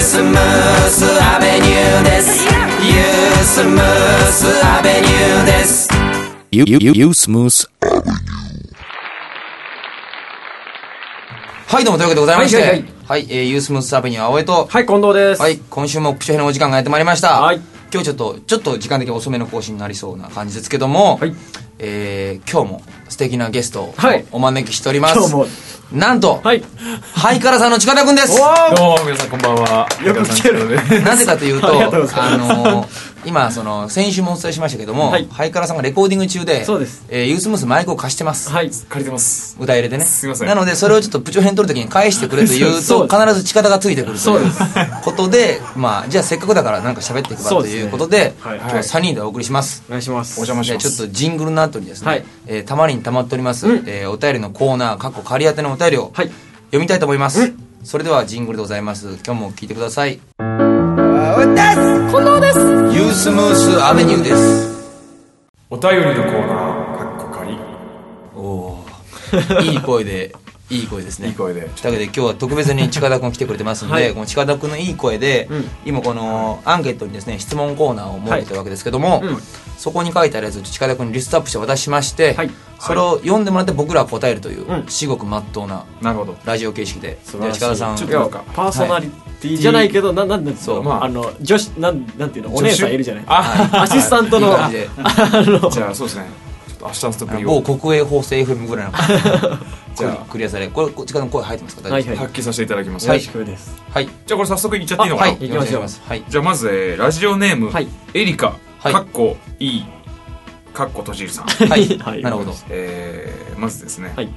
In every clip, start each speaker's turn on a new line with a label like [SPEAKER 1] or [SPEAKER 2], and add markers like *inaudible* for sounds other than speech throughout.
[SPEAKER 1] スムースアベニューですユースムースアベニューです
[SPEAKER 2] You, you, you, you smooth
[SPEAKER 1] はいどうもというわけでございまして
[SPEAKER 3] はい
[SPEAKER 1] は
[SPEAKER 3] はい
[SPEAKER 1] い
[SPEAKER 3] は
[SPEAKER 1] えーユースムースアベニュー青江と
[SPEAKER 3] はい、近藤です。
[SPEAKER 1] はい。今週もプショヘのお時間がやってまいりました
[SPEAKER 3] はい
[SPEAKER 1] 今日ちょっとちょっと時間的に遅めの更新になりそうな感じですけども
[SPEAKER 3] はい
[SPEAKER 1] えー今日も素敵なゲストを
[SPEAKER 3] はい
[SPEAKER 1] お招きしております
[SPEAKER 3] 今日も
[SPEAKER 1] なんと
[SPEAKER 3] はい。
[SPEAKER 1] ハイカラさんの近田くんです
[SPEAKER 4] どうも皆さんこんばんは。よく来てるね。
[SPEAKER 1] なぜかというと、
[SPEAKER 3] ありがとうございます
[SPEAKER 1] のー今その先週もお伝えしましたけども、
[SPEAKER 3] はい
[SPEAKER 1] ハイカラさんがレコーディング中で、
[SPEAKER 3] そうです
[SPEAKER 1] えーユースムースマイクを貸してます。
[SPEAKER 3] はい。
[SPEAKER 4] 借りてます。
[SPEAKER 1] 歌入れでね。
[SPEAKER 4] すいません
[SPEAKER 1] なので、それをちょっと部長編取るときに返してくれと言
[SPEAKER 3] *laughs*
[SPEAKER 1] う
[SPEAKER 3] そ
[SPEAKER 1] と、
[SPEAKER 3] うです
[SPEAKER 1] 必ず力がついてくると
[SPEAKER 3] そう
[SPEAKER 1] い
[SPEAKER 3] で
[SPEAKER 1] う
[SPEAKER 3] す
[SPEAKER 1] ことで、まあ、じゃあせっかくだからなんか喋っていくば
[SPEAKER 3] そう
[SPEAKER 1] と
[SPEAKER 3] ですね
[SPEAKER 1] いうことで、
[SPEAKER 3] はい
[SPEAKER 1] 今日は3人でお送りします。
[SPEAKER 3] お願いします。
[SPEAKER 4] お邪魔し
[SPEAKER 1] じゃあ
[SPEAKER 4] ま
[SPEAKER 1] ちょ
[SPEAKER 4] す。
[SPEAKER 1] っとジングルの後にですね、
[SPEAKER 3] はい
[SPEAKER 1] えーたまりにたまっております、えーお便りのコーナー、過去仮宛てのお便りを、
[SPEAKER 3] はい
[SPEAKER 1] 読みたいと思います、それではジングルでございます。今日も聞いてください。です近藤ですユースムースアベニューです。
[SPEAKER 4] お便りのコーナー、かっこかり。
[SPEAKER 1] いい声で、いい声ですね。
[SPEAKER 4] いい声で
[SPEAKER 1] というわけで今日は特別に近田君来てくれてますので、
[SPEAKER 3] はい
[SPEAKER 1] この近田君のいい声で、今このアンケートにですね質問コーナーを設けてるわけですけども、
[SPEAKER 3] うん
[SPEAKER 1] そこに書いてあるやつを近田君にリストアップして渡しまして、
[SPEAKER 3] はい
[SPEAKER 1] それを読んでもらって僕らは答えるという、
[SPEAKER 3] うん
[SPEAKER 1] 至極まっとうな
[SPEAKER 4] なるほど。
[SPEAKER 1] ラジオ形式で
[SPEAKER 4] 素晴らしい
[SPEAKER 1] じゃあ近田さん
[SPEAKER 4] ちょっ
[SPEAKER 3] い
[SPEAKER 4] と
[SPEAKER 3] や、パーソナリティじゃないけど、な、なんなんです
[SPEAKER 1] そう
[SPEAKER 3] か、
[SPEAKER 4] まあ
[SPEAKER 3] あの、女子、なん、なんていうの、お姉さんいるじゃない
[SPEAKER 4] あ、
[SPEAKER 3] アシスタントの、あ
[SPEAKER 1] いい感じで
[SPEAKER 3] の、
[SPEAKER 4] じゃあそうですね。ちょっと明日のストップリ
[SPEAKER 1] 某
[SPEAKER 4] を
[SPEAKER 1] 国営放送 FM ぐらいの
[SPEAKER 4] じゃあ
[SPEAKER 1] クリアされこれこ近田の声入ってますか大丈夫
[SPEAKER 3] はい
[SPEAKER 1] です
[SPEAKER 3] はい。よ
[SPEAKER 4] 発揮させていただきます。
[SPEAKER 3] ろしくです。
[SPEAKER 1] はい
[SPEAKER 4] じゃあこれ早速いっちゃっ
[SPEAKER 1] あ
[SPEAKER 4] ていいのか
[SPEAKER 1] はい
[SPEAKER 4] な
[SPEAKER 3] きましょう
[SPEAKER 1] よろしくお願いしますはい
[SPEAKER 4] じゃあまず、えーラジオネーム
[SPEAKER 3] はい、
[SPEAKER 4] エリカ、
[SPEAKER 1] はい
[SPEAKER 4] かっこいい、かっこ閉じるさん。
[SPEAKER 1] はい、
[SPEAKER 3] はい
[SPEAKER 1] なるほど
[SPEAKER 4] えーまずですね
[SPEAKER 3] はい、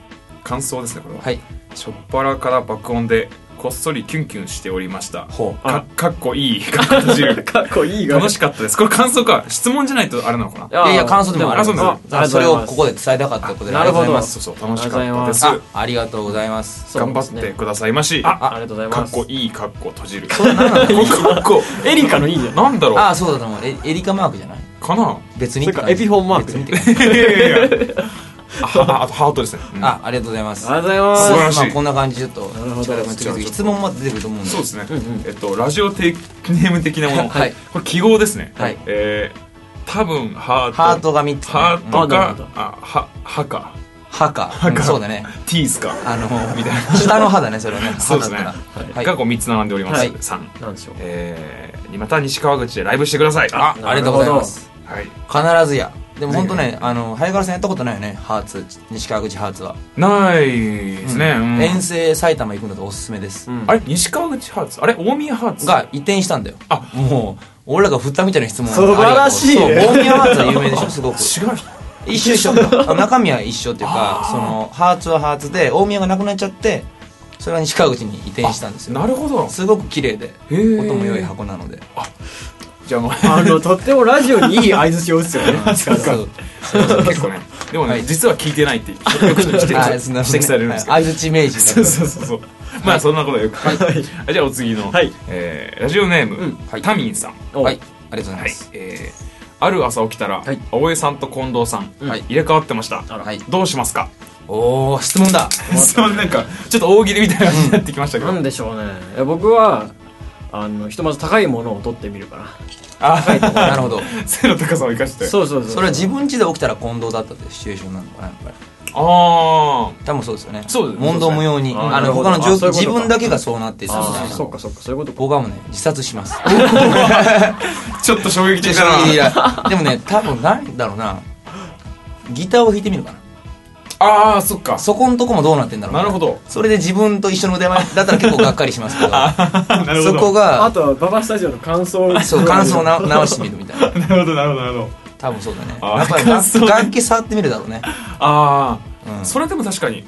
[SPEAKER 4] 感想ですね、これは。
[SPEAKER 1] はい
[SPEAKER 4] しょっぱらから爆音で、こっそりキュンキュンしておりました。
[SPEAKER 1] ほう
[SPEAKER 4] かかっこいい、かっこ閉じる。
[SPEAKER 3] かっこ *laughs* いいが。
[SPEAKER 4] 楽しかったです。これ感想か。質問じゃないとあれなのかな。
[SPEAKER 1] いやいや感想でもある
[SPEAKER 4] あそうなんです
[SPEAKER 3] あありが
[SPEAKER 1] そ
[SPEAKER 3] とう
[SPEAKER 1] れ
[SPEAKER 3] ござい
[SPEAKER 1] を
[SPEAKER 3] ます
[SPEAKER 1] ここで伝えたかったことで
[SPEAKER 3] あなるほど
[SPEAKER 1] ありがとうございます
[SPEAKER 4] そうそう、楽しかったです。
[SPEAKER 1] あありがとうございます
[SPEAKER 3] そう
[SPEAKER 4] 頑張
[SPEAKER 3] で
[SPEAKER 4] っ
[SPEAKER 3] すね
[SPEAKER 4] てくださいまし。
[SPEAKER 3] あ
[SPEAKER 4] か
[SPEAKER 3] ありがとうございま
[SPEAKER 4] っ
[SPEAKER 3] す。
[SPEAKER 4] こいい、かっこ閉じる。かっこ、
[SPEAKER 3] エリカのいいじゃん。
[SPEAKER 4] なんだろ。
[SPEAKER 1] ああそうだと思うえエリカマークじゃないう
[SPEAKER 4] かな。
[SPEAKER 1] 別に
[SPEAKER 3] それか、エピフォンマークね。
[SPEAKER 4] いやいやいやあはあとハートですね。うん
[SPEAKER 1] あありがとうございます
[SPEAKER 3] ありがとうございます
[SPEAKER 4] 素晴らしい
[SPEAKER 1] まあこんな感じでちょっと
[SPEAKER 3] なるほど
[SPEAKER 1] 力がつけてきて質問も出てくると思うんで
[SPEAKER 4] そうですね
[SPEAKER 3] ん。
[SPEAKER 4] えっとラジオテイネーム的なもの。
[SPEAKER 1] はい
[SPEAKER 4] これ記号ですね。
[SPEAKER 1] はい
[SPEAKER 4] えー多分ハート。
[SPEAKER 1] ハートが3つね
[SPEAKER 4] ハー
[SPEAKER 3] う
[SPEAKER 4] ト
[SPEAKER 3] んなるほ
[SPEAKER 4] か
[SPEAKER 3] ど
[SPEAKER 4] あは歯か
[SPEAKER 1] 歯かうんそうだね
[SPEAKER 4] ティースか。
[SPEAKER 1] あの
[SPEAKER 4] みたいな
[SPEAKER 1] 下の歯だねそれはね
[SPEAKER 4] そうですね
[SPEAKER 1] 歯だったらはい
[SPEAKER 4] がこう三つ並んでおりま
[SPEAKER 1] は
[SPEAKER 4] す
[SPEAKER 1] い。
[SPEAKER 4] 三。
[SPEAKER 3] なんでしょう。
[SPEAKER 4] えーまた西川口でライブしてください。
[SPEAKER 1] あありがとうございます
[SPEAKER 4] はい。
[SPEAKER 1] 必ずやでも本当ねあの早川さんやったことないよねハーツ西川口ハーツは
[SPEAKER 4] ないですね。うん
[SPEAKER 1] 遠征埼玉行くのとおすすめです
[SPEAKER 3] ん
[SPEAKER 4] あれ西川口ハーツあれ大宮ハーツ
[SPEAKER 1] が移転したんだよ
[SPEAKER 4] あ
[SPEAKER 1] もう俺らが振ったみたいな質問
[SPEAKER 3] 素晴らしい
[SPEAKER 1] ありがとうそう大宮ハーツは有名でしょす
[SPEAKER 4] *laughs*
[SPEAKER 1] ごく
[SPEAKER 4] 違う人
[SPEAKER 1] 一緒一緒中身は一緒っていうかそのハーツはハーツで大宮がなくなっちゃってそれが西川口に移転したんですよ
[SPEAKER 4] なるほど
[SPEAKER 1] すごく綺麗で
[SPEAKER 4] へー
[SPEAKER 1] 音も良い箱なので
[SPEAKER 4] じゃあもう
[SPEAKER 3] あの、とってもラジオにいい合図しを打つよね。
[SPEAKER 4] *laughs*
[SPEAKER 1] そう
[SPEAKER 4] 結構ねでもね、
[SPEAKER 1] はい
[SPEAKER 4] 実は聞いてないってよく指摘
[SPEAKER 1] あ
[SPEAKER 4] さ
[SPEAKER 1] ー
[SPEAKER 4] 指
[SPEAKER 1] そんな
[SPEAKER 4] 摘されるんですけど、
[SPEAKER 1] はい相槌名人
[SPEAKER 4] そうそうそうそう *laughs* まあそんなことはよく、はい、じゃあお次の、
[SPEAKER 3] はい
[SPEAKER 4] えーラジオネーム、
[SPEAKER 1] はい
[SPEAKER 4] タミンさん
[SPEAKER 3] お
[SPEAKER 1] はいありがとうござい
[SPEAKER 4] は
[SPEAKER 1] ま
[SPEAKER 4] い
[SPEAKER 1] す
[SPEAKER 4] えーある朝起きたら、
[SPEAKER 3] はい
[SPEAKER 4] 青江さんと近藤さん、
[SPEAKER 1] はい
[SPEAKER 4] 入れ替わってました、
[SPEAKER 1] はい
[SPEAKER 4] どうしますか
[SPEAKER 1] おお質問だ
[SPEAKER 4] そうなんかちょっと大喜利みたいな感じになってきましたけど、
[SPEAKER 3] なんでしょうね。いや僕は、あの、ひとまず高いものを取ってみるか
[SPEAKER 4] あー
[SPEAKER 1] なるほど
[SPEAKER 4] 背の高さを生かして
[SPEAKER 3] ら。そうそうそう。
[SPEAKER 1] それは自分家で起きたら近藤だったっていうシチュエーションなのかなやっぱり
[SPEAKER 4] ああ
[SPEAKER 1] 多分そうですよね
[SPEAKER 4] そうです
[SPEAKER 1] 問答無用に
[SPEAKER 3] そうですね
[SPEAKER 1] あの
[SPEAKER 3] あー
[SPEAKER 1] 他の
[SPEAKER 3] なるほど
[SPEAKER 1] 状況
[SPEAKER 3] あそういう
[SPEAKER 1] 自
[SPEAKER 3] ことか
[SPEAKER 1] 分だけがそうなってたみた
[SPEAKER 3] あ
[SPEAKER 1] い
[SPEAKER 3] あ、
[SPEAKER 1] な
[SPEAKER 3] そうかそうか、そういうことか。
[SPEAKER 1] 僕はもうね自殺します
[SPEAKER 4] ちょっと衝撃的
[SPEAKER 1] い
[SPEAKER 4] だな
[SPEAKER 1] やいやでもね多分なんだろうなギターを弾いてみるかな
[SPEAKER 4] ああそっか
[SPEAKER 1] *laughs* そこんとこもどうなってんだろう
[SPEAKER 4] なるほど
[SPEAKER 1] それで自分と一緒の腕前だったら結構がっかりしま
[SPEAKER 3] *laughs*
[SPEAKER 1] すけど
[SPEAKER 4] なるほ
[SPEAKER 1] そ
[SPEAKER 4] ど
[SPEAKER 1] こ
[SPEAKER 3] あ
[SPEAKER 1] が
[SPEAKER 3] とは、ババスタジオの感想を
[SPEAKER 1] そう感想をな直してみるみたいな
[SPEAKER 4] なるほどなるほどなるほど
[SPEAKER 1] 多分そうだね
[SPEAKER 4] あー
[SPEAKER 1] やっぱり
[SPEAKER 4] 感想
[SPEAKER 1] 楽楽器触ってみるだろうね
[SPEAKER 4] ああ、
[SPEAKER 1] うん
[SPEAKER 4] それでも確かに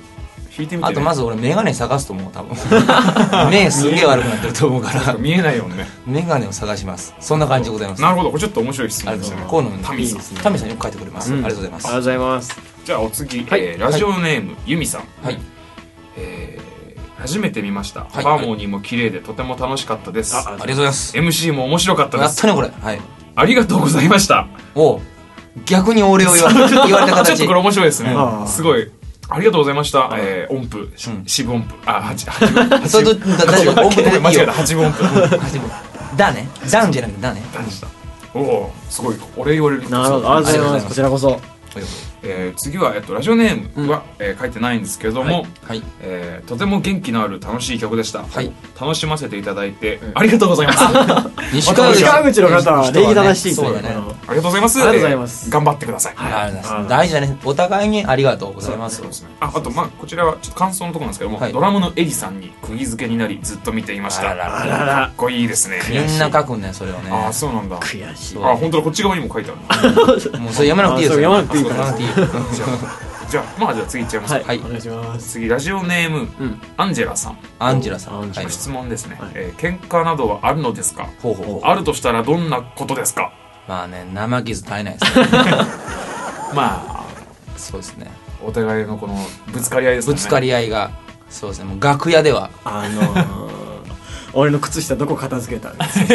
[SPEAKER 4] 弾いてみて、ね、
[SPEAKER 1] あとま
[SPEAKER 4] ず
[SPEAKER 1] ず俺眼鏡探すと思う
[SPEAKER 3] *laughs*
[SPEAKER 1] 多分目すげえ悪くなってると思うから
[SPEAKER 4] 見えないよね
[SPEAKER 1] *laughs* 眼鏡を探しますそんな感じでございます
[SPEAKER 4] なるほどこれちょっと面白い質
[SPEAKER 1] あ
[SPEAKER 4] 問
[SPEAKER 1] り
[SPEAKER 4] で
[SPEAKER 1] が
[SPEAKER 4] した
[SPEAKER 1] とうござい
[SPEAKER 4] ね
[SPEAKER 1] ますこういうのもね
[SPEAKER 4] タミさん
[SPEAKER 1] タミさんよく書いてくれますありがとうございま
[SPEAKER 3] ありがとう
[SPEAKER 1] す
[SPEAKER 3] ございます。
[SPEAKER 4] じゃあお次、
[SPEAKER 3] はい
[SPEAKER 4] えーラジオネーム、ゆみさん、
[SPEAKER 1] はい
[SPEAKER 4] えー初めて見ました、
[SPEAKER 1] はい
[SPEAKER 4] ハーモニーも綺麗でとても楽しかったです、
[SPEAKER 1] あり
[SPEAKER 3] あ
[SPEAKER 1] がとうございます。
[SPEAKER 4] MC も面白かった
[SPEAKER 1] や
[SPEAKER 4] で
[SPEAKER 1] っ
[SPEAKER 4] す
[SPEAKER 1] たね、これ。はい。
[SPEAKER 4] ありがとうございました
[SPEAKER 1] おう逆に俺を言わ言わ
[SPEAKER 4] ち
[SPEAKER 1] れた
[SPEAKER 4] ょ
[SPEAKER 1] 形。
[SPEAKER 4] っとこれ面白いですね
[SPEAKER 3] あー
[SPEAKER 4] すごいありがとうございました、えー、音符、し
[SPEAKER 1] うん
[SPEAKER 4] 四分音符あ八八分
[SPEAKER 1] *laughs* それと、だ大丈夫。音符
[SPEAKER 4] ごめん間違えた
[SPEAKER 1] い
[SPEAKER 4] 八分音符
[SPEAKER 1] いよ始めだね。ダンじゃなくて、だね。
[SPEAKER 4] でしたおおすごい俺言われる
[SPEAKER 3] なるほど。ありがとうございます。
[SPEAKER 1] あ
[SPEAKER 3] こ
[SPEAKER 1] り
[SPEAKER 3] ちらこそ。
[SPEAKER 4] えー次は、えっと、ラジオネームは、えー書いてないんですけども、
[SPEAKER 1] はい。
[SPEAKER 4] えーとても元気のある楽しい曲でした、
[SPEAKER 1] はい
[SPEAKER 4] 楽しませていただいて、ありがとうございますあ
[SPEAKER 1] 西
[SPEAKER 4] 川口
[SPEAKER 3] 近口の方は礼儀正しいと
[SPEAKER 1] そ
[SPEAKER 3] い
[SPEAKER 1] う
[SPEAKER 3] う
[SPEAKER 1] だ
[SPEAKER 3] か
[SPEAKER 1] ね。
[SPEAKER 3] あの
[SPEAKER 4] りがとうございます
[SPEAKER 3] ありがとうございます
[SPEAKER 4] えー頑張ってください、
[SPEAKER 1] ありがとうございます大事だね。お互いにありがとうございます
[SPEAKER 4] そう。ですねああとまあこちらはちょっと感想のところなんですけども、
[SPEAKER 1] はい
[SPEAKER 4] ドラムのエリさんに釘付けになりずっと見ていました
[SPEAKER 1] あらら
[SPEAKER 3] あらら
[SPEAKER 4] かっこいいですね
[SPEAKER 1] みんな書くね、それをね。
[SPEAKER 4] ああそうなんだ
[SPEAKER 3] 悔しい。
[SPEAKER 1] そう
[SPEAKER 4] あ本当だこっち側にも書いてある
[SPEAKER 1] もうそれやめなくていいよ。
[SPEAKER 3] あそうやめなくていい
[SPEAKER 1] そ
[SPEAKER 3] か
[SPEAKER 1] れ
[SPEAKER 3] ら
[SPEAKER 1] やめなくていいよ。
[SPEAKER 4] じゃあじゃあまあじゃあ次いっちゃいますか、
[SPEAKER 3] は。
[SPEAKER 1] はいい
[SPEAKER 3] お願いします。
[SPEAKER 4] 次ラジオネーム、
[SPEAKER 3] うん
[SPEAKER 4] アンジェラさん
[SPEAKER 1] アンジェラさん。
[SPEAKER 3] アンジェ
[SPEAKER 1] はい
[SPEAKER 3] ラ
[SPEAKER 4] 質問ですね、
[SPEAKER 3] はい
[SPEAKER 4] えー喧嘩などはあるのですか
[SPEAKER 1] ほうほうほう。
[SPEAKER 4] あるとしたらどんなことですか
[SPEAKER 1] まあね、生傷絶えないですね。
[SPEAKER 4] まあ
[SPEAKER 1] そうですね。
[SPEAKER 4] お互いのこのぶつかり合いですね
[SPEAKER 1] ぶつかり合いが、そうですね。もう楽屋では、
[SPEAKER 3] あのー、俺の靴下どこ片付け
[SPEAKER 1] *laughs*
[SPEAKER 3] たんですか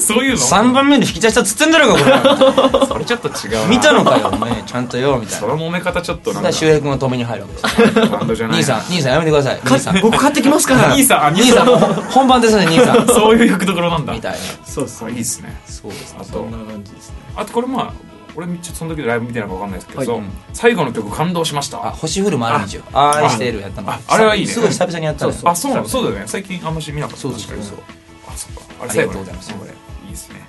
[SPEAKER 4] そういうの
[SPEAKER 1] 3番目の引き出したっつってんだろうが、こ
[SPEAKER 4] それちょっと違う *laughs* な
[SPEAKER 1] れ。見たのかよ、お前。ちゃんとよ、みたい
[SPEAKER 4] そ
[SPEAKER 1] な。
[SPEAKER 4] の揉め方ちょっと
[SPEAKER 1] そ
[SPEAKER 4] な
[SPEAKER 1] し
[SPEAKER 4] んから
[SPEAKER 1] た、周平君が止めに入るわけですよ。
[SPEAKER 4] バンドじゃない
[SPEAKER 1] 兄さん、兄さんやめてください。兄さん。
[SPEAKER 3] 僕買ってきますから
[SPEAKER 4] 兄さんあ兄
[SPEAKER 1] 兄
[SPEAKER 4] さ
[SPEAKER 1] さ
[SPEAKER 4] ん
[SPEAKER 1] ん、本番ですね、兄
[SPEAKER 4] *laughs*
[SPEAKER 1] さん。
[SPEAKER 4] そういう役どころなんだ
[SPEAKER 1] みたい
[SPEAKER 3] そう
[SPEAKER 4] そ
[SPEAKER 3] そうう
[SPEAKER 4] いい。ですね
[SPEAKER 1] な。そうですね
[SPEAKER 4] あ
[SPEAKER 3] そ
[SPEAKER 4] と
[SPEAKER 3] んな感じですね。
[SPEAKER 4] あとこれまあ俺ちょっとその時ライブ見てないか分かんないですけど、
[SPEAKER 3] はい
[SPEAKER 4] そう最後の曲感動しました
[SPEAKER 1] あ、
[SPEAKER 4] あ
[SPEAKER 1] 星降るもあるんですよ。愛してるやったの
[SPEAKER 4] あ。あれはいいね
[SPEAKER 1] すごい久々にやったのよ。
[SPEAKER 4] そうなのそうだよね最近あんまし見なかった
[SPEAKER 1] そうそうそう
[SPEAKER 4] 確かにあそっかあれ
[SPEAKER 1] あり
[SPEAKER 4] 最後
[SPEAKER 1] がとう
[SPEAKER 4] の
[SPEAKER 1] ございます
[SPEAKER 4] これいいですね、
[SPEAKER 1] はい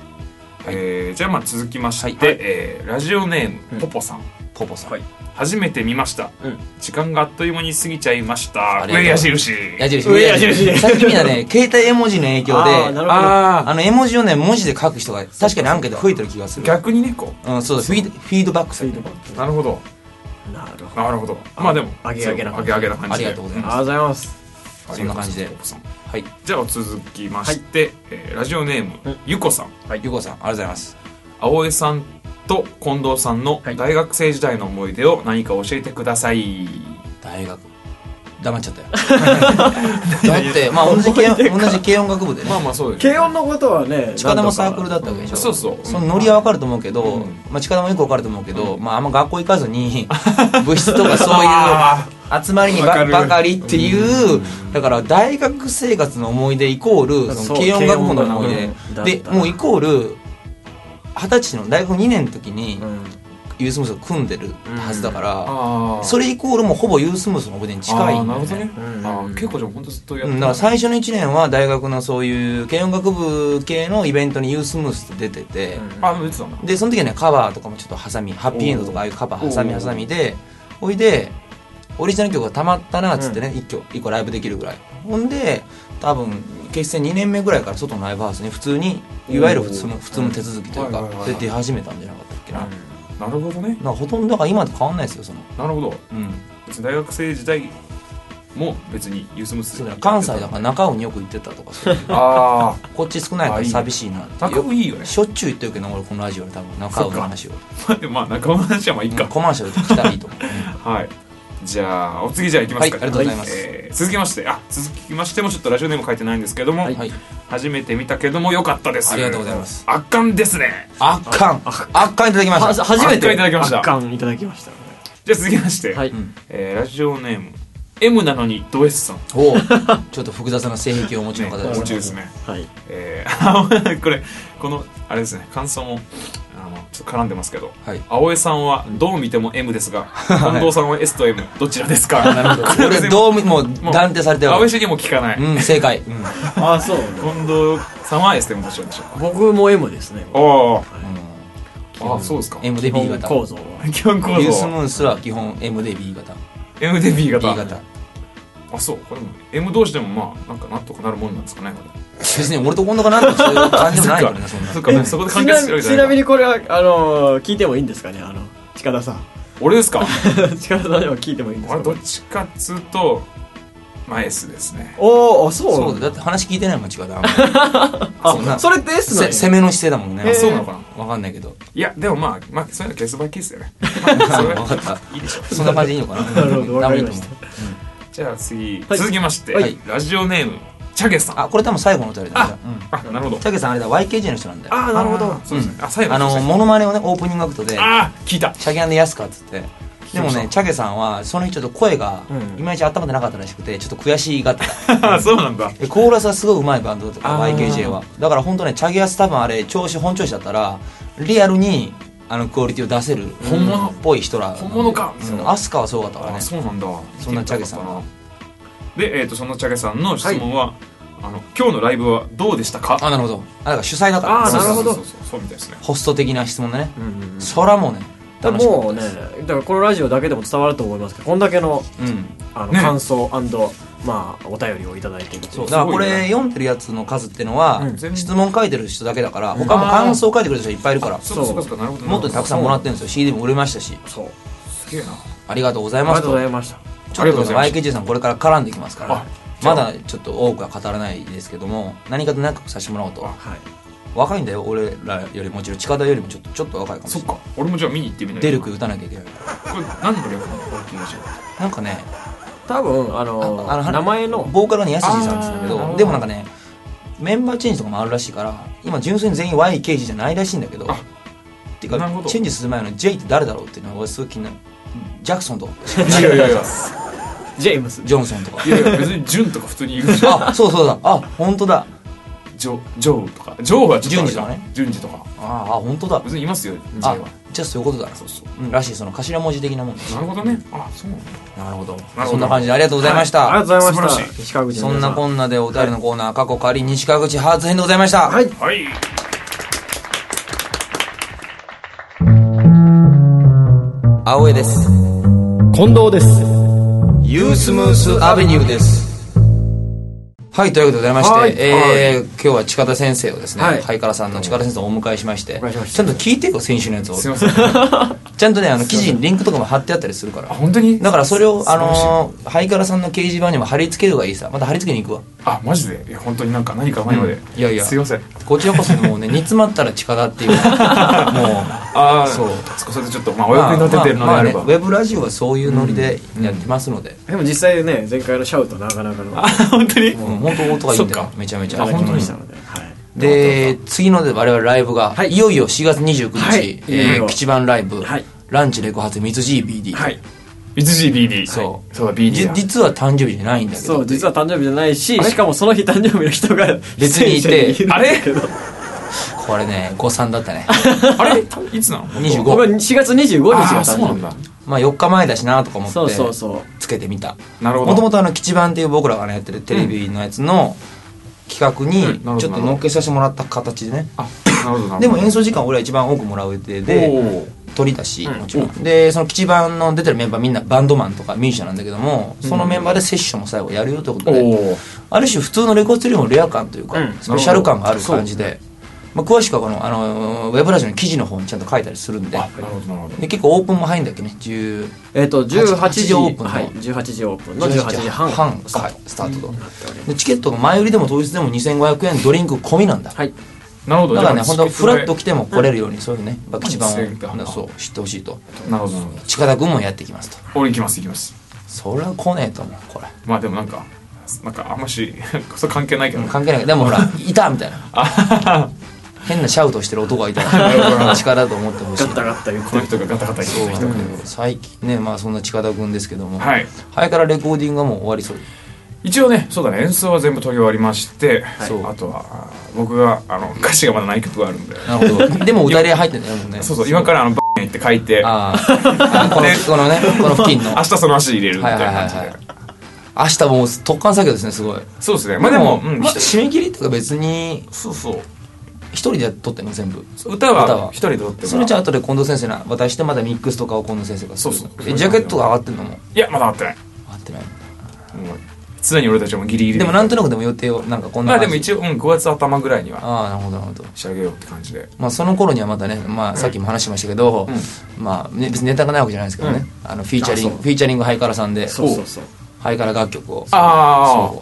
[SPEAKER 4] えーじゃあまあ続きまして、
[SPEAKER 1] はい
[SPEAKER 4] えーラジオネームポポさん、
[SPEAKER 1] ポポさん。
[SPEAKER 3] はい
[SPEAKER 4] 初めて見ました、
[SPEAKER 3] うん
[SPEAKER 4] 時間があっという間に過ぎちゃいました
[SPEAKER 1] ありがとう
[SPEAKER 4] 上矢印
[SPEAKER 1] 矢印。
[SPEAKER 3] 上矢印
[SPEAKER 1] さっき見
[SPEAKER 4] *laughs*
[SPEAKER 1] たね、携帯絵文字の影響で、
[SPEAKER 3] あーなるほど
[SPEAKER 1] あーあの絵文字をね、文字で書く人が確かにアンケート増えてる気がする。
[SPEAKER 4] 逆にねこ
[SPEAKER 1] うん、そうだフィード、フィードバックさ
[SPEAKER 3] スイー
[SPEAKER 1] れて
[SPEAKER 3] ト
[SPEAKER 1] る
[SPEAKER 3] バ
[SPEAKER 4] うな
[SPEAKER 3] ッ
[SPEAKER 4] るほど
[SPEAKER 3] グ。なるほど。あ
[SPEAKER 4] なるほどまあでも
[SPEAKER 3] あげあげな
[SPEAKER 4] あ
[SPEAKER 3] 感
[SPEAKER 4] げ
[SPEAKER 3] じ
[SPEAKER 4] あげな感じで
[SPEAKER 1] ありがとうござい
[SPEAKER 3] り
[SPEAKER 1] ま
[SPEAKER 3] がとうございます。
[SPEAKER 4] うん
[SPEAKER 1] そんな感じで
[SPEAKER 4] ありがとうございますポポさん
[SPEAKER 1] はい。
[SPEAKER 4] じゃあ続きまして、えーラジオネーム、
[SPEAKER 3] うん
[SPEAKER 4] ゆこさん
[SPEAKER 1] ゆこさん、ありがとうございます。
[SPEAKER 4] 青江さんと近藤さんの
[SPEAKER 3] はい
[SPEAKER 4] 大学生時代の思い出を何か教えてください、
[SPEAKER 1] 大学。黙っちゃったよ。だって、まあ、同じ軽音、同じ軽音楽部でね。
[SPEAKER 4] まあまあそうです
[SPEAKER 3] 軽音のことはね、
[SPEAKER 1] 近田もサークルだったわけでしょ、
[SPEAKER 4] そうそううん
[SPEAKER 1] そのノリは分かると思うけど、
[SPEAKER 4] うん
[SPEAKER 1] まあ、近田もよく分かると思うけど、まあ、あんま学校行かずに部室とかそういう集まりに
[SPEAKER 4] わか
[SPEAKER 1] ば
[SPEAKER 4] る
[SPEAKER 1] ばかりっていう、だから大学生活の思い出イコールそ
[SPEAKER 3] そう
[SPEAKER 1] の軽音楽部の思い
[SPEAKER 3] 軽音
[SPEAKER 1] 出
[SPEAKER 3] 楽部
[SPEAKER 1] でもうイコール二十歳の大学2年の時に
[SPEAKER 3] うん。
[SPEAKER 1] ユースムースを組んでるはずだから、
[SPEAKER 4] ああ
[SPEAKER 1] それイコールもうほぼユースムースの思い出に近いんだ
[SPEAKER 4] あ
[SPEAKER 1] よ
[SPEAKER 4] ー
[SPEAKER 1] ね
[SPEAKER 4] なるほどね、
[SPEAKER 3] うん
[SPEAKER 4] あー結構じゃあ本当ずっとやっ
[SPEAKER 1] う
[SPEAKER 4] て
[SPEAKER 1] ん、だから最初の1年は大学のそういう軽音楽部系のイベントにユースムースって出てて、
[SPEAKER 4] あー言ってたんだ
[SPEAKER 1] でその時はねカバーとかもちょっと挟みハッピーエンドとかああいうカバー挟み挟みでほいでオリジナル曲がたまったなっつってね、一挙一個ライブできるぐらいほんで多分結成2年目ぐらいから外のライブハウスに普通にいわゆる普通の普通の手続きという
[SPEAKER 4] は
[SPEAKER 1] か
[SPEAKER 4] いはいはいはい
[SPEAKER 1] で出始めたんじゃなかったっけな、なん
[SPEAKER 4] なるほどね
[SPEAKER 1] かほとんどだから今と変わんないですよその
[SPEAKER 4] なるほど
[SPEAKER 1] うん
[SPEAKER 4] 別に大学生時代も別にユースムース
[SPEAKER 1] そうだから関西だから中尾によく行ってたとかそういう
[SPEAKER 4] ああ
[SPEAKER 1] こっち少ないから寂しいなって
[SPEAKER 4] 仲もいいよね
[SPEAKER 1] しょっちゅう言ってるけど俺このラジオで多分中尾の話を
[SPEAKER 4] まあ
[SPEAKER 1] *laughs*
[SPEAKER 4] でもまあ仲間の話はまあいいか、
[SPEAKER 1] うんコマーシャルで聞きたらいいと思う
[SPEAKER 4] はいじゃあお次じゃあいきますか、
[SPEAKER 1] はいありがとうございます
[SPEAKER 4] えー続きましてあ続きましてもちょっとラジオネーム書いてないんですけども、
[SPEAKER 1] はい
[SPEAKER 4] 初めて見たけども良かったです
[SPEAKER 1] ありがとうございます
[SPEAKER 4] 圧巻ですね
[SPEAKER 1] あっかんあっかんいただきま
[SPEAKER 3] は
[SPEAKER 1] した
[SPEAKER 3] 初め
[SPEAKER 4] 圧
[SPEAKER 3] て
[SPEAKER 4] 巻いただきました
[SPEAKER 3] 圧巻いただきました。
[SPEAKER 4] じゃあ続きまして、
[SPEAKER 3] はい。
[SPEAKER 4] えーラジオネーム M なのにド S さん
[SPEAKER 1] おうちょっと複雑な性癖をお持ちの方
[SPEAKER 4] ね
[SPEAKER 1] で
[SPEAKER 4] お
[SPEAKER 1] す
[SPEAKER 4] 持ちですね
[SPEAKER 3] はい。
[SPEAKER 4] えー *laughs* これこのあれですね感想もあのちょっと絡んでますけど、
[SPEAKER 1] はい
[SPEAKER 4] 青江さんはどう見ても M です
[SPEAKER 1] *laughs*
[SPEAKER 4] が近藤さんは S と M どちらですか
[SPEAKER 1] なるほど
[SPEAKER 4] *laughs* これ
[SPEAKER 1] 俺
[SPEAKER 4] 全部
[SPEAKER 1] どうみもう断定されてる
[SPEAKER 4] 青江氏にも聞かない、
[SPEAKER 1] うん正解うん
[SPEAKER 3] ああ、そう。
[SPEAKER 4] 近藤さんは S と M どちらでしょうか
[SPEAKER 3] 僕も M ですね。
[SPEAKER 4] おおあそうですか
[SPEAKER 1] M で
[SPEAKER 3] 基
[SPEAKER 1] B
[SPEAKER 3] 本
[SPEAKER 1] 型
[SPEAKER 3] 構造は。
[SPEAKER 4] 基本構
[SPEAKER 1] ユース
[SPEAKER 4] 造
[SPEAKER 1] ム
[SPEAKER 4] は
[SPEAKER 1] ースは基本 M で B 型
[SPEAKER 4] M で B 型
[SPEAKER 1] B 型
[SPEAKER 4] あそうこれも M 同士でもまあなんかなんとかなるもんなんですかねこれ
[SPEAKER 1] 別に俺とこんなかなってそういう感じじゃないからねそんな
[SPEAKER 4] そっかねそこで
[SPEAKER 3] ち
[SPEAKER 4] 完結
[SPEAKER 3] な
[SPEAKER 4] するわけじ
[SPEAKER 3] ち
[SPEAKER 4] ゃない
[SPEAKER 3] な
[SPEAKER 4] か
[SPEAKER 3] みにこれは、あのー、聞いてもいいんですかねあの、近田さん。 *laughs*
[SPEAKER 4] 俺ですか
[SPEAKER 3] 近田さんでも聞いてもいいんです
[SPEAKER 4] 俺
[SPEAKER 3] か
[SPEAKER 4] どっちかっつうとまあ S ですね
[SPEAKER 3] おーあそう
[SPEAKER 1] そうだだって話聞いてないもん違うだそん
[SPEAKER 3] あ
[SPEAKER 1] な
[SPEAKER 3] それって S な
[SPEAKER 1] せ
[SPEAKER 3] の
[SPEAKER 1] 攻めの姿勢だもんね、
[SPEAKER 3] へー
[SPEAKER 4] そうなのかない
[SPEAKER 1] わかんないけど
[SPEAKER 4] いやでもまあまあそういうのケースバイケースだよ
[SPEAKER 1] *laughs*
[SPEAKER 4] ね、まあそれ
[SPEAKER 1] わかっ
[SPEAKER 4] は
[SPEAKER 1] た
[SPEAKER 4] いいでしょう
[SPEAKER 1] *laughs* そんな感じでいいのかな
[SPEAKER 3] なるほどわかりました
[SPEAKER 1] 多分いいと思う
[SPEAKER 4] じゃあ次、
[SPEAKER 3] はい
[SPEAKER 4] 続きまして、
[SPEAKER 1] はい
[SPEAKER 4] ラジオネームチャゲさんあ
[SPEAKER 1] あこれ多分最後のお便りだ
[SPEAKER 4] あ
[SPEAKER 1] うん
[SPEAKER 4] なるほど
[SPEAKER 1] チャケさんあれだ YKJ の人なんだよ
[SPEAKER 4] あーなるほどそうですね、あ最後
[SPEAKER 1] あのモノマネをねオープニングアクトで
[SPEAKER 4] あー聞いた
[SPEAKER 1] チャゲアンで安かっつってでも
[SPEAKER 4] そうそ
[SPEAKER 1] ね
[SPEAKER 4] う
[SPEAKER 1] チャゲさんはその日ちょっと声が
[SPEAKER 3] うん
[SPEAKER 1] いまいち温まってなかったらしくてちょっと悔
[SPEAKER 3] *laughs*
[SPEAKER 1] しがってた
[SPEAKER 4] *laughs* あーそうなんだ
[SPEAKER 1] でコーラスはすごいうまいバンドだとか
[SPEAKER 4] あー
[SPEAKER 1] YKJ はだから本当ねチャゲアス多分あれ調子本調子だったらリアルにあのクオリティを出せる
[SPEAKER 4] 本物
[SPEAKER 1] っぽい人ら
[SPEAKER 4] 本物か
[SPEAKER 1] うんアスカはすごかったから
[SPEAKER 4] あ
[SPEAKER 1] ね
[SPEAKER 4] そうなんだ
[SPEAKER 1] そんなチャゲさんは
[SPEAKER 4] で、えー、とそんなチャゲさんの質問は、あの今日のライブはどうでしたか
[SPEAKER 1] あなるほどあだから主催だから
[SPEAKER 3] あー
[SPEAKER 4] そう
[SPEAKER 3] なるほど
[SPEAKER 4] そうそうそうそうみたいですね
[SPEAKER 1] ホスト的な質問だね
[SPEAKER 3] うんうんうん
[SPEAKER 1] そらもうね
[SPEAKER 3] で
[SPEAKER 1] 楽しか
[SPEAKER 3] も
[SPEAKER 1] っ
[SPEAKER 3] う
[SPEAKER 1] た
[SPEAKER 3] ね
[SPEAKER 1] です
[SPEAKER 3] だからこのラジオだけでも伝わると思いますけどこんだけの
[SPEAKER 1] うん
[SPEAKER 3] あの
[SPEAKER 4] ね
[SPEAKER 3] 感想まあお便りをいただいてる
[SPEAKER 1] そうだからこ
[SPEAKER 4] すごい
[SPEAKER 1] れ
[SPEAKER 4] ね
[SPEAKER 1] 読んでるやつの数ってのは
[SPEAKER 3] うん
[SPEAKER 4] 全部
[SPEAKER 1] 質問書いてる人だけだから他も感想書いてくれる人いっぱいいるから
[SPEAKER 4] そうかそうかそうかなるほど
[SPEAKER 1] もっとたくさんもらってるんですよ CD も売れましたし
[SPEAKER 3] そう
[SPEAKER 4] すげえな
[SPEAKER 1] ありがとうござい
[SPEAKER 3] あり
[SPEAKER 1] ま
[SPEAKER 3] が
[SPEAKER 1] す
[SPEAKER 3] とうご
[SPEAKER 1] と
[SPEAKER 3] ざいました
[SPEAKER 1] ちょっとね
[SPEAKER 4] ありがとうござい
[SPEAKER 1] YKJ さんこれから絡んでいきますから
[SPEAKER 4] あ
[SPEAKER 1] まだちょっと多くは語らないですけども何かと仲良くさせてもらおうと
[SPEAKER 3] はい
[SPEAKER 1] 若いんだよ俺らよりもちろん近田よりもちょっとちょっと若いかも
[SPEAKER 4] そ
[SPEAKER 1] し
[SPEAKER 4] っ
[SPEAKER 1] れない
[SPEAKER 4] か俺もじゃあ見に行ってみないと
[SPEAKER 1] 出る杭打たなきゃいけない
[SPEAKER 4] これ何の略なのこのラジオ
[SPEAKER 1] *laughs* なんかね
[SPEAKER 3] 多分あ
[SPEAKER 1] あ
[SPEAKER 3] の
[SPEAKER 1] の
[SPEAKER 3] 名前の
[SPEAKER 1] ボーカルがねやすじさんですんだけ
[SPEAKER 4] あ
[SPEAKER 1] ど
[SPEAKER 4] ー
[SPEAKER 1] でもなんかねメンバーチェンジとかもあるらしいから今純粋に全員 YKG じゃないらしいんだけど
[SPEAKER 4] あ
[SPEAKER 1] っていう
[SPEAKER 4] な
[SPEAKER 1] か
[SPEAKER 4] るほど
[SPEAKER 1] チェンジする前の J って誰だろうっていうのが俺すごい気になるジャクソンとか *laughs*
[SPEAKER 4] いやいやいや
[SPEAKER 3] ジェームス
[SPEAKER 1] ジョンソンと
[SPEAKER 4] *laughs*
[SPEAKER 1] か
[SPEAKER 4] いやいや別に純とか普通に言うじゃん
[SPEAKER 1] あそうそうだあ本当だ
[SPEAKER 4] ジョジョーとかジョーはちょっとあれ順次とか
[SPEAKER 1] ああ本当だ
[SPEAKER 4] 別にいますよジェ
[SPEAKER 1] あ
[SPEAKER 4] イは
[SPEAKER 1] じゃあそういうことだな
[SPEAKER 4] そうそう
[SPEAKER 1] うんらしいその頭文字的なもん
[SPEAKER 4] なるほどねあそうなんだ
[SPEAKER 1] なるほど
[SPEAKER 4] ほど
[SPEAKER 1] そんな感じでありがとうございまし
[SPEAKER 3] あり
[SPEAKER 1] た
[SPEAKER 3] がとうございま
[SPEAKER 4] 素晴
[SPEAKER 3] し
[SPEAKER 4] ら
[SPEAKER 3] た西川口の
[SPEAKER 1] そん
[SPEAKER 3] 皆さ
[SPEAKER 1] なこんなでお便りのコーナー過去仮西川口初編でございました
[SPEAKER 3] はい
[SPEAKER 4] はい
[SPEAKER 1] 青江です
[SPEAKER 5] 近藤です
[SPEAKER 1] ユースムースアベニューですはいということでございまして、
[SPEAKER 3] はい
[SPEAKER 1] えー今日は近田先生をですね、
[SPEAKER 3] はい
[SPEAKER 1] ハイカラさんの近田先生をお迎えしまし
[SPEAKER 3] お
[SPEAKER 1] て
[SPEAKER 3] 迎えしました
[SPEAKER 1] ちゃんと聞いてよ先週のやつを
[SPEAKER 4] すいませんあ
[SPEAKER 1] ちゃんとねあの記事にリンクとかも貼ってあったりするから
[SPEAKER 4] 本当に
[SPEAKER 1] だからそれをあ
[SPEAKER 4] 素晴らしい
[SPEAKER 1] のーハイカラさんの掲示板にも貼り付けるがいいさまた貼り付けに行くわ
[SPEAKER 4] あマジでいや本当になんか何か前まで、
[SPEAKER 1] いやいや
[SPEAKER 4] すいません
[SPEAKER 1] こちらこそもうね煮詰まったら近
[SPEAKER 4] *laughs*
[SPEAKER 1] 田っていうもう
[SPEAKER 4] ああ
[SPEAKER 1] そ
[SPEAKER 4] そううそれでちょっとまあお役に立ててるのであれば、
[SPEAKER 1] まあまあねウェブラジオはそういうノリでやってますので、
[SPEAKER 3] でも実際ね前回のシャウトなかなかの
[SPEAKER 4] 本当に
[SPEAKER 1] もう本当音がいいんだ
[SPEAKER 4] そ
[SPEAKER 1] よ
[SPEAKER 4] っか
[SPEAKER 1] めちゃめちゃ
[SPEAKER 4] あ本当
[SPEAKER 3] で
[SPEAKER 4] に
[SPEAKER 3] したのではい
[SPEAKER 1] で次ので我々ライブが、い、よいよ4月29日、
[SPEAKER 3] はいいよ
[SPEAKER 1] え
[SPEAKER 3] い
[SPEAKER 1] ー、
[SPEAKER 3] よ
[SPEAKER 1] 吉番ライブ、
[SPEAKER 3] はい
[SPEAKER 1] ランチレコ発ミツ GBD、
[SPEAKER 3] はい
[SPEAKER 4] 1 BD
[SPEAKER 1] そう
[SPEAKER 4] そうだ BD
[SPEAKER 1] じ
[SPEAKER 4] だ
[SPEAKER 1] 実は誕生日じゃないんだけど
[SPEAKER 3] そう実
[SPEAKER 1] は
[SPEAKER 3] は誕生日じゃないししかもその日誕生日の人が
[SPEAKER 1] 別にいて
[SPEAKER 3] 出演者に
[SPEAKER 4] あれ
[SPEAKER 3] いるんだけど
[SPEAKER 1] これね誤算だったね *laughs*
[SPEAKER 4] あれいつなの
[SPEAKER 1] 25
[SPEAKER 3] 僕は4月25日が
[SPEAKER 4] ああ
[SPEAKER 3] 誕
[SPEAKER 4] そうな
[SPEAKER 3] 生
[SPEAKER 4] ん
[SPEAKER 3] 日
[SPEAKER 4] だ
[SPEAKER 1] まあ4日前だしなとか思
[SPEAKER 3] そうそう
[SPEAKER 1] って
[SPEAKER 3] そう
[SPEAKER 1] つけてみた
[SPEAKER 4] なるほど
[SPEAKER 1] もともとあの吉番っていう僕らがねやってるテレビのやつの企画
[SPEAKER 4] うん
[SPEAKER 1] に
[SPEAKER 4] なるほど
[SPEAKER 1] ちょっと乗っけさせてもらった形でね
[SPEAKER 4] あなるほどなるほど
[SPEAKER 1] でも演奏時間俺は一番多くもらう予定で
[SPEAKER 4] おー
[SPEAKER 1] 取りだし、
[SPEAKER 4] うん
[SPEAKER 1] もちろんでその吉番の出てるメンバーみんなバンドマンとかミュージシャンなんだけどもそのメンバーでセッションも最後やるよということで、
[SPEAKER 4] おお
[SPEAKER 1] ある種普通のレコードよりもレア感というか、
[SPEAKER 3] うん
[SPEAKER 1] スペシャル感がある感じで、まあ、詳しくはこの、あのーウェブラジオの記事の方にちゃんと書いたりするんで
[SPEAKER 4] あなるほどなるほど
[SPEAKER 1] で結構オープンも入るんだっけね10
[SPEAKER 3] えっと18
[SPEAKER 1] 18
[SPEAKER 3] 時
[SPEAKER 1] 時
[SPEAKER 3] オ
[SPEAKER 1] オ
[SPEAKER 3] ー
[SPEAKER 1] ー
[SPEAKER 3] プ
[SPEAKER 1] プ
[SPEAKER 3] ン
[SPEAKER 1] ンの
[SPEAKER 3] はい18時オープンの18時半
[SPEAKER 1] 半
[SPEAKER 3] スタ
[SPEAKER 1] は
[SPEAKER 3] ー
[SPEAKER 1] い
[SPEAKER 3] ト
[SPEAKER 1] スタートと、
[SPEAKER 3] なっております
[SPEAKER 1] でチケットが前売りでも当日でも2500円ドリンク込みなんだ、
[SPEAKER 3] はい
[SPEAKER 4] なるほど
[SPEAKER 1] だからね
[SPEAKER 4] じゃ
[SPEAKER 1] 本
[SPEAKER 4] あ
[SPEAKER 1] 当フラッと来ても来れるように、そういうね爆番
[SPEAKER 4] そういうこと
[SPEAKER 1] をそう知ってほしいと
[SPEAKER 4] なるほどなるほど
[SPEAKER 1] 近田君もやってきますと
[SPEAKER 4] 俺行きます行きます
[SPEAKER 1] そりゃ来ねえと思うこれ
[SPEAKER 4] まあでもなんかなんかあんまし *laughs* それ関係ないけど
[SPEAKER 1] 関係ないで
[SPEAKER 4] *laughs*
[SPEAKER 1] もほらいたみたいな変なシャウトしてる男がいた
[SPEAKER 4] るほど
[SPEAKER 1] ら力だと思ってほしい
[SPEAKER 3] ガッタガッタ言っ
[SPEAKER 4] この
[SPEAKER 3] て
[SPEAKER 4] 人がガタガタ言ってきた人
[SPEAKER 1] 最近ねまあそんな近田君ですけども、
[SPEAKER 4] はい
[SPEAKER 1] 早からレコーディングはもう終わりそう
[SPEAKER 4] 一応ねそうだね演奏は全部取り終わりまして、
[SPEAKER 1] そう
[SPEAKER 4] あとはあー僕があの歌詞がまだない曲があるんで
[SPEAKER 1] なるほ
[SPEAKER 4] *laughs*
[SPEAKER 1] どでも歌い入ってんだよもうね
[SPEAKER 4] そうそう今からあのバーンって書いて明 *laughs*
[SPEAKER 1] あーあこの
[SPEAKER 4] ね
[SPEAKER 1] このねこの付近の
[SPEAKER 4] 日その足入れるみたいな感じで、
[SPEAKER 1] はいはいはい明日もう突貫作業ですねすごい
[SPEAKER 4] そうですねまあでも、うん
[SPEAKER 1] ま締め切りとか別に
[SPEAKER 4] そうそう
[SPEAKER 1] 一人で撮ってんの全部
[SPEAKER 4] 歌
[SPEAKER 1] 歌
[SPEAKER 4] は
[SPEAKER 1] は
[SPEAKER 4] 一人で撮って
[SPEAKER 1] そ
[SPEAKER 4] もら
[SPEAKER 1] れ
[SPEAKER 4] う
[SPEAKER 1] じゃあ後で近藤先生な渡してまたミックスとかを近藤先生がする
[SPEAKER 4] そうそう
[SPEAKER 1] えジャケットが上がってんのも
[SPEAKER 4] いやまだ会ってない
[SPEAKER 1] 上がってない
[SPEAKER 4] もう常に俺たちもギリギリ
[SPEAKER 1] でもなんと
[SPEAKER 4] な
[SPEAKER 1] なくでも予定をなんかこん
[SPEAKER 4] ま
[SPEAKER 1] な
[SPEAKER 4] あ
[SPEAKER 1] 感じ
[SPEAKER 4] でも一応、うん、5月頭ぐらいには
[SPEAKER 1] ああなるほどなるほど
[SPEAKER 4] 仕上げようって感じで
[SPEAKER 1] まあその頃にはまたね、まあ、さっきも話しましたけど、まあね別にネタがないわけじゃないですけどね、あのフィーチャリングフィーチャリングハイカラさんで
[SPEAKER 3] そうそうそう
[SPEAKER 1] ハイカラ楽曲を
[SPEAKER 4] あー
[SPEAKER 1] そ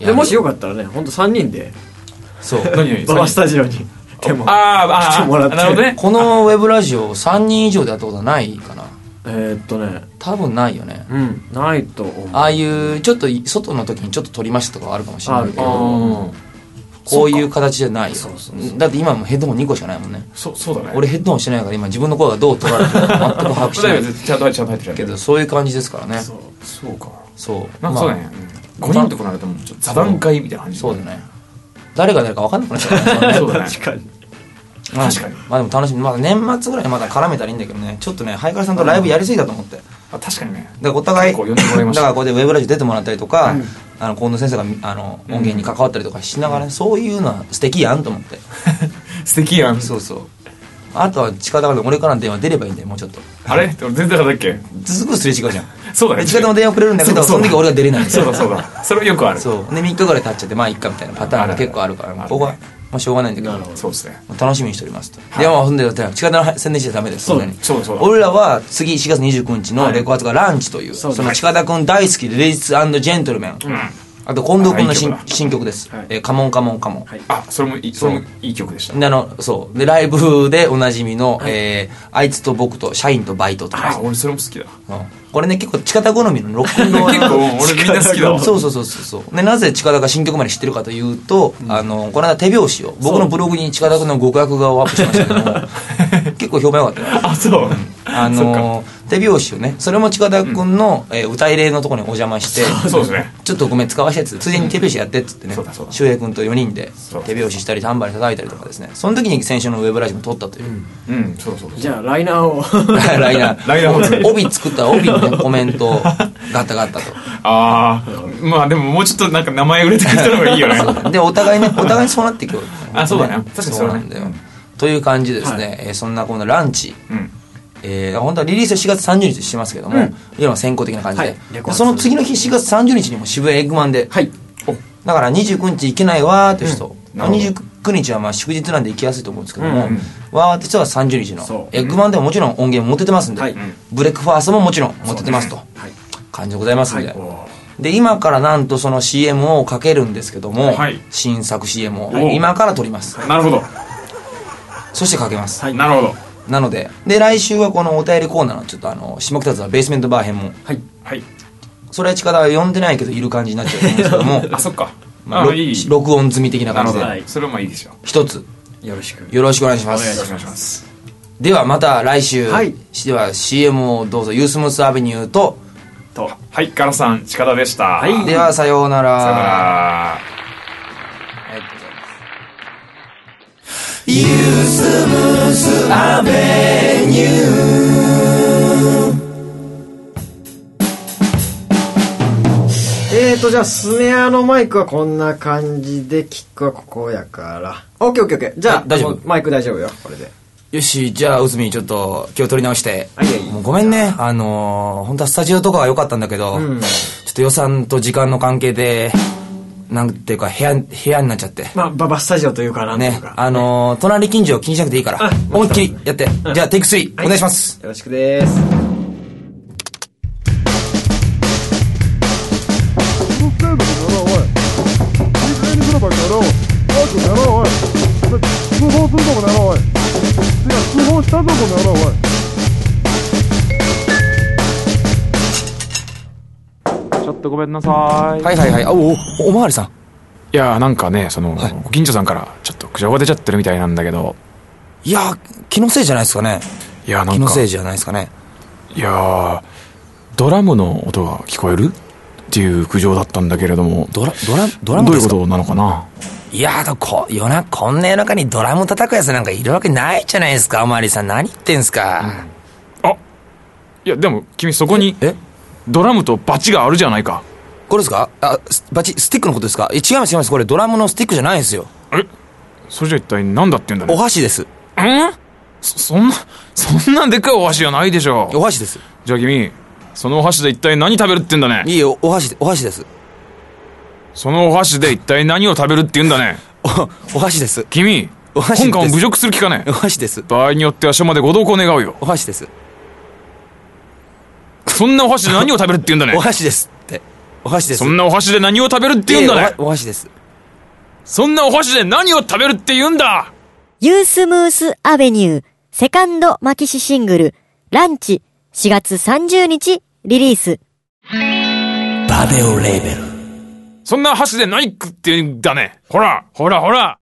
[SPEAKER 1] うや
[SPEAKER 3] で
[SPEAKER 1] る
[SPEAKER 3] もしよかったらね、ほんと3人で、
[SPEAKER 1] そう
[SPEAKER 4] 何何
[SPEAKER 3] ババスタジオに、でも、
[SPEAKER 4] あー
[SPEAKER 3] 来
[SPEAKER 4] あ
[SPEAKER 3] てもらっ
[SPEAKER 4] ー
[SPEAKER 3] て
[SPEAKER 4] なるほどね
[SPEAKER 1] このウェブラジオ3人以上でやったことはないかな
[SPEAKER 3] えーっとね、
[SPEAKER 1] 多分ないよね
[SPEAKER 3] うん、ないと思う。
[SPEAKER 1] ああいうちょっと外の時にちょっと撮りましたとかはあるかもしれないけ
[SPEAKER 3] あ
[SPEAKER 1] ど
[SPEAKER 3] る
[SPEAKER 4] あ
[SPEAKER 1] こういう形じゃないよ
[SPEAKER 3] そうそうそ
[SPEAKER 1] だって今もヘッドホン2個しかないもんね
[SPEAKER 4] あそうそうだね
[SPEAKER 1] 俺ヘッドホンしてないから今自分の声がどう取られてるか全く把握して
[SPEAKER 4] だ
[SPEAKER 1] ない
[SPEAKER 4] よねちゃんと入ってるちゃんと入ってる
[SPEAKER 1] けどそういう感じですからね
[SPEAKER 3] そう
[SPEAKER 4] そうか
[SPEAKER 1] そう
[SPEAKER 4] なんかそうだね、うん、5人とかなるともうちょっと座談会みたいな感じ
[SPEAKER 1] そうだね誰が誰か分かんなくなっちゃうからね
[SPEAKER 4] *laughs* そうだね
[SPEAKER 3] 確かに。
[SPEAKER 1] まあ
[SPEAKER 4] 確かに
[SPEAKER 1] まあでも楽しみ、まあ、年末ぐらいまだ絡めたらいいんだけどねちょっとねハイカラさんとライブやりすぎたと思ってだか
[SPEAKER 4] あ確かに
[SPEAKER 1] *laughs*
[SPEAKER 4] ね
[SPEAKER 1] らお互い
[SPEAKER 4] 結構呼んでもらいました
[SPEAKER 1] だからこうやってウェブラジオ出てもらったりとか、あの近藤先生があの音源に関わったりとかしながらね、そういうのは素敵やんと思って
[SPEAKER 4] 素敵やん
[SPEAKER 1] そうそうあとは近田から俺からの電話出ればいいんだよもうちょっと
[SPEAKER 4] あれでも全然だっけ
[SPEAKER 1] すぐすれ違うじゃん
[SPEAKER 4] そうだね
[SPEAKER 1] で近田も電話くれるんだけど
[SPEAKER 4] そ
[SPEAKER 1] そう
[SPEAKER 4] だ
[SPEAKER 1] の時俺が出れないんだよ
[SPEAKER 4] そうだそう
[SPEAKER 1] *laughs*
[SPEAKER 4] だそれよくある
[SPEAKER 1] そうで3日ぐらい経っちゃってまあいっかみたいなパターンが結構あるか
[SPEAKER 4] あるあ
[SPEAKER 1] ら
[SPEAKER 4] る
[SPEAKER 1] ここはまあしょうがないんだけど
[SPEAKER 4] そうですね
[SPEAKER 1] 楽しみにしておりますと、でもほんで近田の宣伝しちゃダメです
[SPEAKER 3] そう
[SPEAKER 1] そんなに
[SPEAKER 4] そうだそうだ
[SPEAKER 1] 俺らは次4月29日のレコ発がランチという、
[SPEAKER 3] そう
[SPEAKER 1] そ
[SPEAKER 3] です
[SPEAKER 1] の近田君大好きレイスジェントルメン、あと近藤君の新
[SPEAKER 4] あいい曲
[SPEAKER 1] 新曲です、
[SPEAKER 3] はい
[SPEAKER 1] えーカモンカモンカモン」
[SPEAKER 3] はい
[SPEAKER 4] あそれもいいそれもいい曲でした
[SPEAKER 1] であのそうでライブでおなじみの、えーあいつと僕と社員とバイトと
[SPEAKER 4] あ
[SPEAKER 1] か、
[SPEAKER 4] 俺それも好きだ
[SPEAKER 1] うんこれね結構近田好みのロックンロール
[SPEAKER 4] *laughs* 結構俺みんな好き
[SPEAKER 1] *laughs*
[SPEAKER 4] だわ
[SPEAKER 1] そうそうそうそうそうでなぜ近田が新曲まで知ってるかというと、あのこの間手拍子を僕のブログに近田君の極悪顔をアップしましたけど
[SPEAKER 4] *laughs*
[SPEAKER 1] も結構評判良かったよ
[SPEAKER 4] あそう
[SPEAKER 1] あの手拍子をねそれも近田君の、えー歌入れのところにお邪魔して
[SPEAKER 4] *laughs* そうですね
[SPEAKER 1] ちょっとごめん使わせてっつってついでに手拍子やってっつってね
[SPEAKER 4] そうだそうだ
[SPEAKER 1] 周平君と4人で
[SPEAKER 4] そう
[SPEAKER 1] 手拍子したりタンバリン叩いたりとかですねその時に先週のウェブラジオも撮ったという、
[SPEAKER 4] うんそうそうそう
[SPEAKER 3] じゃあ、ライナ *laughs* ーを。
[SPEAKER 1] ライナー
[SPEAKER 4] ライナーを作る
[SPEAKER 1] 帯作ったら帯のコメントをガタガタと
[SPEAKER 4] ああまあでももうちょっとなんか名前売れてくれたのがいいよね
[SPEAKER 1] でお互いねお互いにそうなっていくよ
[SPEAKER 4] あそうだね確かに
[SPEAKER 1] そ
[SPEAKER 4] そううだ
[SPEAKER 1] な
[SPEAKER 4] ね
[SPEAKER 1] んだよ、という感じでですね、えーそんなこのランチ
[SPEAKER 4] うん
[SPEAKER 1] えー、本当はリリースは4月30日にしてますけども、今は先行的な感じで,
[SPEAKER 3] は
[SPEAKER 1] で
[SPEAKER 3] い、レコ発
[SPEAKER 1] その次の日4月30日にも渋谷エッグマンで、
[SPEAKER 3] はい。
[SPEAKER 1] だから29日行けないわーって人、
[SPEAKER 4] うん
[SPEAKER 1] まあ
[SPEAKER 4] なる
[SPEAKER 1] 29日はまあ祝日なんで行きやすいと思うんですけども、
[SPEAKER 4] うんうん
[SPEAKER 1] わーって人は30日の
[SPEAKER 3] そう
[SPEAKER 1] エッグマンでももちろん音源持っててますんで、
[SPEAKER 3] はいうん
[SPEAKER 1] ブレックファーストももちろん持っててますと、
[SPEAKER 3] はい。
[SPEAKER 1] 感じでございますんで、
[SPEAKER 3] はい
[SPEAKER 1] で今からなんとその CM をかけるんですけども、
[SPEAKER 4] はい
[SPEAKER 1] 新作 CM を
[SPEAKER 4] はい
[SPEAKER 1] 今から撮ります、
[SPEAKER 4] なるほど
[SPEAKER 1] そしてかけます、
[SPEAKER 3] はい
[SPEAKER 4] なるほど
[SPEAKER 1] なのでで来週はこのお便りコーナーのちょっとあの下北沢ベースメントバー編も
[SPEAKER 3] はい。
[SPEAKER 4] はい
[SPEAKER 1] それは近田は呼んでないけどいる感じになっちゃうと思うんですけども
[SPEAKER 4] *laughs* あそっか
[SPEAKER 1] まあ
[SPEAKER 4] あ
[SPEAKER 1] ろ
[SPEAKER 4] いい
[SPEAKER 1] 録音済み的
[SPEAKER 4] な
[SPEAKER 1] な感
[SPEAKER 4] る
[SPEAKER 1] じ
[SPEAKER 4] ほど
[SPEAKER 1] で
[SPEAKER 4] それもいいでしょう
[SPEAKER 1] 一つ
[SPEAKER 3] よろしく。
[SPEAKER 1] よろしくお願いしま
[SPEAKER 3] お願いし
[SPEAKER 1] す
[SPEAKER 3] ま
[SPEAKER 4] お願いします
[SPEAKER 1] ではまた来週、
[SPEAKER 3] はい
[SPEAKER 1] では CM をどうぞユースムースアベニューと、
[SPEAKER 3] と。
[SPEAKER 4] はいガラさん近田でしたはいさよ
[SPEAKER 1] ではさようなら
[SPEAKER 4] なら
[SPEAKER 1] ありがとうございます
[SPEAKER 3] えーと、じゃあ、スネアのマイクはこんな感じで、キックはここやから。オッケーオッケーオッケー。じゃあ、
[SPEAKER 1] え大丈夫
[SPEAKER 3] マイク大丈夫よ、これで。
[SPEAKER 1] よし、じゃあ、うずみん、ちょっと、気を取り直して。
[SPEAKER 3] はいはい
[SPEAKER 1] もうごめんね。あのー、本当はスタジオとかは良かったんだけど、
[SPEAKER 3] ん
[SPEAKER 1] ちょっと予算と時間の関係で、なんていうか、部屋、部屋になっちゃって。
[SPEAKER 3] まあ、ババスタジオというかなんという
[SPEAKER 1] ね
[SPEAKER 3] か。、
[SPEAKER 1] あのー、隣近所気にしなくていいから、思いっきりやって。じゃあ、テイク3、
[SPEAKER 3] はい
[SPEAKER 1] お願いします。
[SPEAKER 3] よろしくです。
[SPEAKER 4] ちょっとごめんなさい
[SPEAKER 1] はいはいはい。あ、お、おおまわりさん。
[SPEAKER 4] いやーなんかねその、ご近所さんからちょっと苦情が出ちゃってるみたいなんだけど
[SPEAKER 1] いやー、気のせいじゃないですかね。
[SPEAKER 4] いやーな
[SPEAKER 1] 気
[SPEAKER 4] ん
[SPEAKER 1] の
[SPEAKER 4] か
[SPEAKER 1] せいじゃないですかね。
[SPEAKER 4] いやードラムの音が聞こえるっていう苦情だったんだけれども
[SPEAKER 1] ドラ、ドラ、ドラム
[SPEAKER 4] どう
[SPEAKER 1] で
[SPEAKER 4] いう
[SPEAKER 1] す
[SPEAKER 4] こ
[SPEAKER 1] か
[SPEAKER 4] となのかない
[SPEAKER 1] やーだこ、夜な、こんな夜中にドラム叩くやつなんかいるわけないじゃないですか、おまわりさん。何言ってんすか。
[SPEAKER 4] あいやでも君そこに
[SPEAKER 1] え
[SPEAKER 4] ドラムとバチがあるじゃないか
[SPEAKER 1] これですかあ、スバチ、スティックのことですかえ、違います違います。これドラムのスティックじゃないんですよ。
[SPEAKER 4] えそれじゃ一体何だって言うんだ
[SPEAKER 1] お
[SPEAKER 4] ね
[SPEAKER 1] 箸です。
[SPEAKER 4] うんそそんなそんなでっかいお箸じゃないでしょ
[SPEAKER 1] お箸です。
[SPEAKER 4] じゃあ君そのお箸で一体何食べるって言うんだね
[SPEAKER 1] いいよ、お箸で、お箸です。 *laughs*
[SPEAKER 4] そのお箸で一体何を食べるって言うんだね
[SPEAKER 1] お、お箸です。
[SPEAKER 4] 君
[SPEAKER 1] お
[SPEAKER 4] 本
[SPEAKER 1] 箸です
[SPEAKER 4] 館を侮辱する気かね
[SPEAKER 1] お箸です。
[SPEAKER 4] 場合によっては署までご同行願うよ
[SPEAKER 1] お箸です。
[SPEAKER 4] そんなお箸で何を食べるって言うんだね
[SPEAKER 1] お箸ですって。お箸です
[SPEAKER 4] そんなお箸で何を食べるって言うんだね
[SPEAKER 1] お箸です
[SPEAKER 4] そんなお箸で何を食べるって言うんだ
[SPEAKER 6] ユースムースアベニュー、セカンドマキシシングル、ランチ、4月30日リリース。
[SPEAKER 4] そんな箸で何食って言うんだねほらほらほら